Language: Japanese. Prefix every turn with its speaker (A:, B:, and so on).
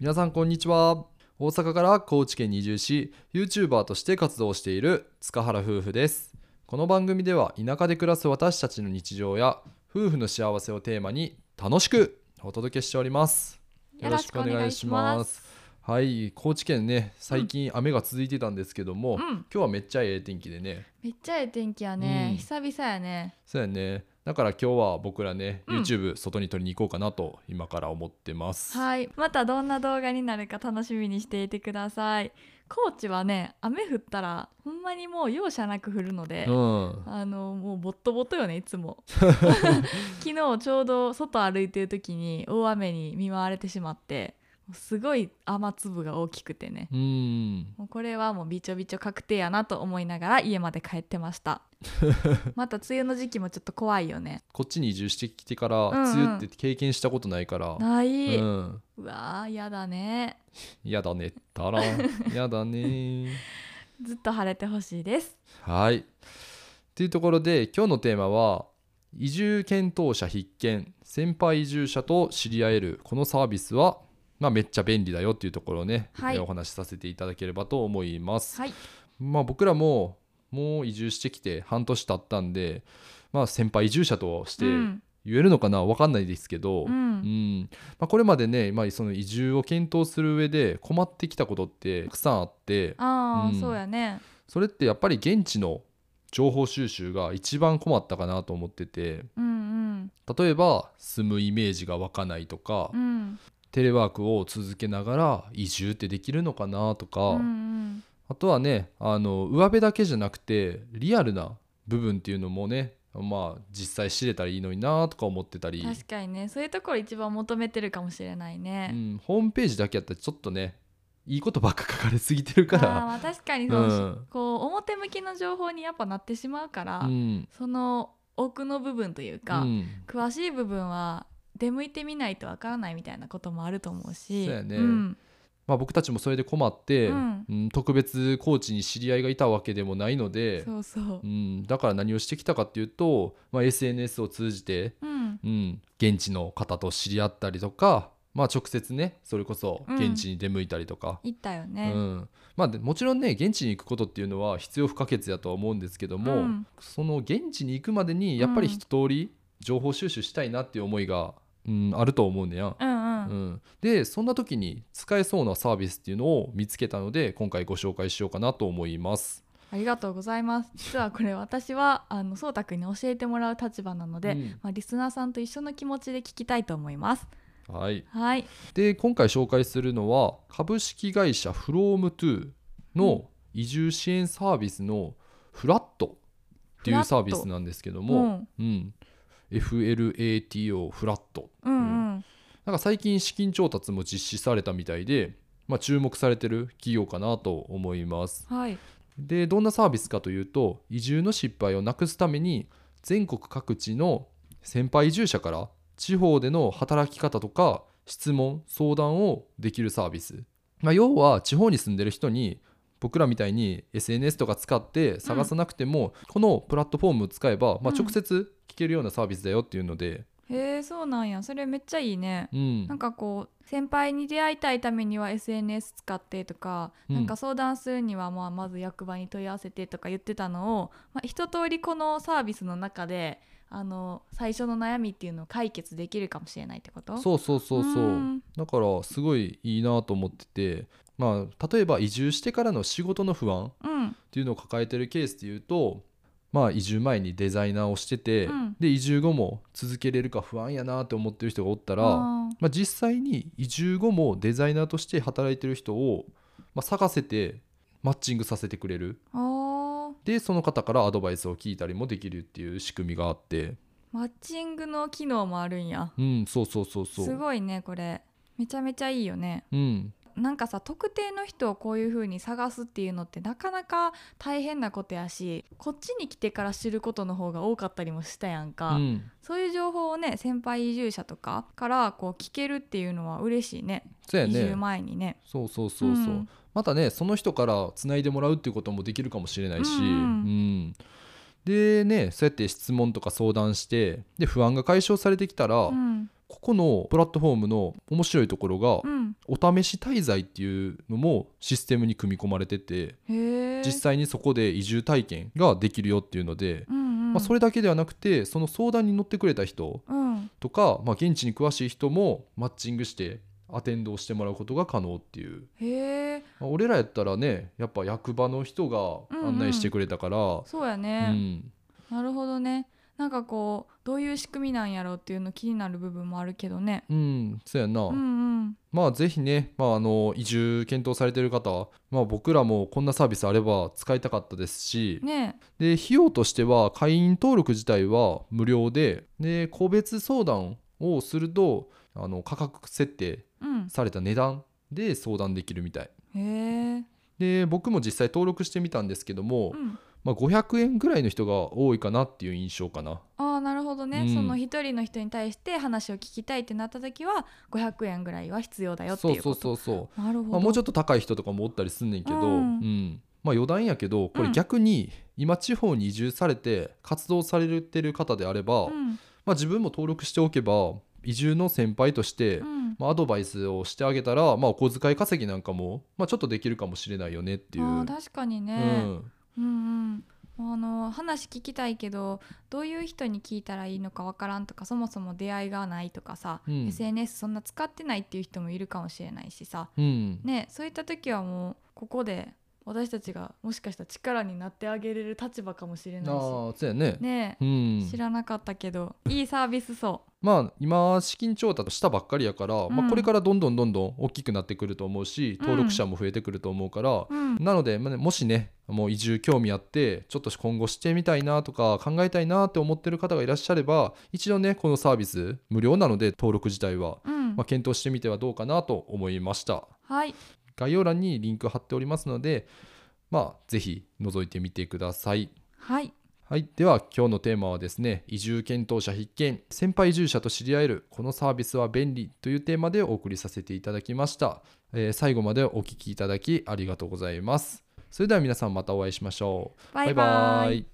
A: 皆さんこんにちは大阪から高知県に移住し YouTuber として活動している塚原夫婦ですこの番組では田舎で暮らす私たちの日常や夫婦の幸せをテーマに楽しくお届けしております
B: よろしくお願いします
A: はい高知県ね最近雨が続いてたんですけども、
B: う
A: 今
B: ん、
A: 日はめっちゃええ天気でね
B: めっちゃええ天気やね、
A: うん
B: 久々やね
A: そうやね。だから今日は僕らね、
B: うん
A: YouTube 外に撮りに行こうかなと今から思ってます。
B: はいまたどんな動画になるか楽しみにしていてください高知はね雨降ったらほんまにもう容赦なく降るので、
A: うん。
B: あのもうボットボトよねいつ も 昨日ちょうど外歩いてる時に大雨に見舞われてしまってもうすごい雨粒が大きくてね
A: うん。
B: もうこれはもうびちょびちょ確定やなと思いながら家まで帰ってました また梅雨の時期もちょっと怖いよね
A: こっちに移住してきてから、
B: んうん
A: 梅雨って経験したことないから。
B: ない、
A: うん。
B: うわーやだね
A: やだねったら。 やだね。
B: ずっと晴れてほしいです
A: はい。っていうところで今日のテーマは移住検討者必見先輩移住者と知り合えるこのサービスは、まあ、めっちゃ便利だよっていうところをね、
B: はい
A: えーお話しさせていただければと思います。
B: はい
A: まあ、僕らももう移住してきて半年経ったんで、まあ、先輩移住者として
B: うん
A: 言えるのかな分かんないですけど、
B: う
A: うんんまあ、これまでね、まあ、その移住を検討する上で困ってきたことってたくさんあって
B: ああ、
A: うん
B: そうやね
A: それってやっぱり現地の情報収集が一番困ったかなと思ってて
B: うん
A: 例えば住むイメージが湧かないとか、
B: うんうん
A: テレワークを続けながら移住ってできるのかなとか、
B: うんうん
A: あとはねあの上辺だけじゃなくてリアルな部分っていうのもねまあ実際知れたらいいのになとか思ってたり、
B: 確かにねそういうところ一番求めてるかもしれないうね、
A: ん、ホームページだけやったらちょっとねいいことばっか書かれすぎてるか
B: あー
A: ら。
B: まあ確かにそう、
A: うん
B: こう表向きの情報にやっぱなってしまうから、
A: うん
B: その奥の部分というか、
A: うん
B: 詳しい部分は出向いてみないとわからないみたいなこともあると思うし
A: そうやね
B: ん
A: まあ、僕たちもそれで困って、
B: うん
A: うん特別コーチに知り合いがいたわけでもないので
B: そうそう
A: う、ん、だから何をしてきたかっていうと、まあ、SNS を通じて、
B: うん
A: うん、現地の方と知り合ったりとか、まあ、直接ねそれこそ
B: うん
A: 現地に出向いたりとか、
B: 行ったよ
A: う
B: ね、
A: んまあ、でもちろんね現地に行くことっていうのは必要不可欠だとは思うんですけども、
B: うん
A: その現地に行くまでにやっぱり一通り情報収集したいなっていう思いが、うん、あると思うねや。
B: うんうん
A: うん、でそんな時に使えそうなサービスっていうのを見つけたので今回ご紹介しようかなと思います。
B: ありがとうございます。実はこれ私はあのそうたくんに教えてもらう立場なので、
A: うん
B: まあリスナーさんと一緒の気持ちで聞きたいと思います。
A: はい、
B: はい。
A: で今回紹介するのは株式会社 FromTo の移住支援サービスのフラットっていうサービスなんですけども、うん、FLATO フラット
B: うんうん
A: なんか最近資金調達も実施されたみたいで、まあ、注目されてる企業かなと思います。
B: はい。
A: でどんなサービスかというと移住の失敗をなくすために全国各地の先輩移住者から地方での働き方とか質問相談をできるサービス、まあ、要は地方に住んでる人に僕らみたいに SNS とか使って探さなくても、このプラットフォームを使えば、まあ、
B: うん
A: 直接聞けるようなサービスだよっていうので、
B: へえそうなんや。それめっちゃいいね。
A: うん
B: なんかこう先輩に出会いたいためには SNS 使ってとか、
A: うん
B: なんか相談するにはまあまず役場に問い合わせてとか言ってたのを、まあ、一通りこのサービスの中であの最初の悩みっていうのを解決できるかもしれないってこと
A: そうそうそうそう、
B: うん
A: だからすごいいいなと思ってて、まあ、例えば移住してからの仕事の不安
B: うん
A: っていうのを抱えてるケースでいうと、まあ、移住前にデザイナーをしてて、
B: うん
A: で移住後も続けれるか不安やなって思ってる人がおったら、
B: あー
A: まあ、実際に移住後もデザイナーとして働いてる人を、まあ、探せてマッチングさせてくれる
B: あー
A: でその方からアドバイスを聞いたりもできるっていう仕組みがあって
B: マッチングの機能もあるんや
A: うんそうそうそうそう
B: すごいねこれめちゃめちゃいいよね
A: うん
B: なんかさ特定の人をこういう風に探すっていうのってなかなか大変なことやしこっちに来てから知ることの方が多かったりもしたやん
A: う
B: か、
A: ん、
B: そういう情報をね先輩移住者とかからこう聞けるっていうのは嬉しいね
A: そうや
B: 移住
A: ね
B: 前にね
A: そうそうそうそう、
B: うん
A: またねその人からつないでもらうっていうこともできるかもしれないし、
B: うんうん
A: うんでねそうやって質問とか相談してで不安が解消されてきたら、
B: うん
A: ここのプラットフォームの面白いところが、
B: うん
A: お試し滞在っていうのもシステムに組み込まれてて
B: へえ
A: 実際にそこで移住体験ができるよっていうので、
B: うんうん
A: まあ、そ
B: れ
A: れだけではなくてその相談に乗ってくれた人
B: うん
A: とか、まあ、現地に詳しい人もマッチングしてアテンドをしてもらうことが可能っていう、
B: へえ
A: まあ俺らやったらねやっぱ役場の人が案内してくれたから、
B: そうや
A: うん
B: ね、なるほどねなんかこうどういう仕組みなんやろうっていうの気になる部分もあるけどね
A: うんそうやな、
B: うんうん
A: まあぜひね、まあ、あの移住検討されてる方、まあ、僕らもこんなサービスあれば使いたかったですし、
B: ね
A: で費用としては会員登録自体は無料でで個別相談をするとあの価格設定
B: うん
A: された値段で相談できるみたい
B: へえ
A: で僕も実際登録してみたんですけども、
B: うん
A: まあ、500円ぐらいの人が多いかなっていう印象かな
B: ああなるほどね、
A: うん
B: その一人の人に対して話を聞きたいってなった時は500円ぐらいは必要だよって
A: そ
B: いうう
A: そ
B: こ
A: う
B: と
A: そうそう
B: なるほど、
A: まあ、もうちょっと高い人とかもおったりすんねんけど、
B: うん
A: うんまあ、余談やけどこ
B: う
A: れ
B: ん
A: 逆に今地方に移住されて活動されてる方であれば、
B: うん
A: まあ、自分も登録しておけば移住の先輩として、
B: うん、
A: まあ、アドバイスをしてあげたら、まあ、お小遣い稼ぎなんかも、まあ、ちょっとできるかもしれないよねっていう。
B: あー確かに
A: う
B: ね、
A: ん
B: うん、うんあの話聞きたいけどどういう人に聞いたらいいのかわからんとかそもそも出会いがないとかさ、
A: うん
B: SNS そんな使ってないっていう人もいるかもしれないしさ、
A: うん
B: ね、そういった時はもうここで私たちがもしかしたら力になってあげれる立場かもしれ
A: あ
B: ないし、
A: ーそうやね
B: ね
A: うん
B: 知らなかったけどいいサービスそ
A: まあ今資金調達したばっかりやから、ま
B: う
A: あ、
B: ん
A: これからどんどんどんどん大きくなってくると思うし登録者も増えてくると思うから、
B: う。うん
A: なので、まあねもしねもう移住興味あってちょっと今後してみたいなとか考えたいなって思ってる方がいらっしゃれば一度ねこのサービス無料なので登録自体は、
B: うん
A: まあ、検討してみてはどうかなと思いました
B: はい、
A: 概要欄にリンク貼っておりますのでまあぜひ覗いてみてください
B: はい
A: はい、では今日のテーマはですね移住検討者必見先輩移住者と知り合えるこのサービスは便利というテーマでお送りさせていただきました、えー最後までお聞きいただきありがとうございますそれでは皆さんまたお会いしましょう
B: バイバイ
A: イ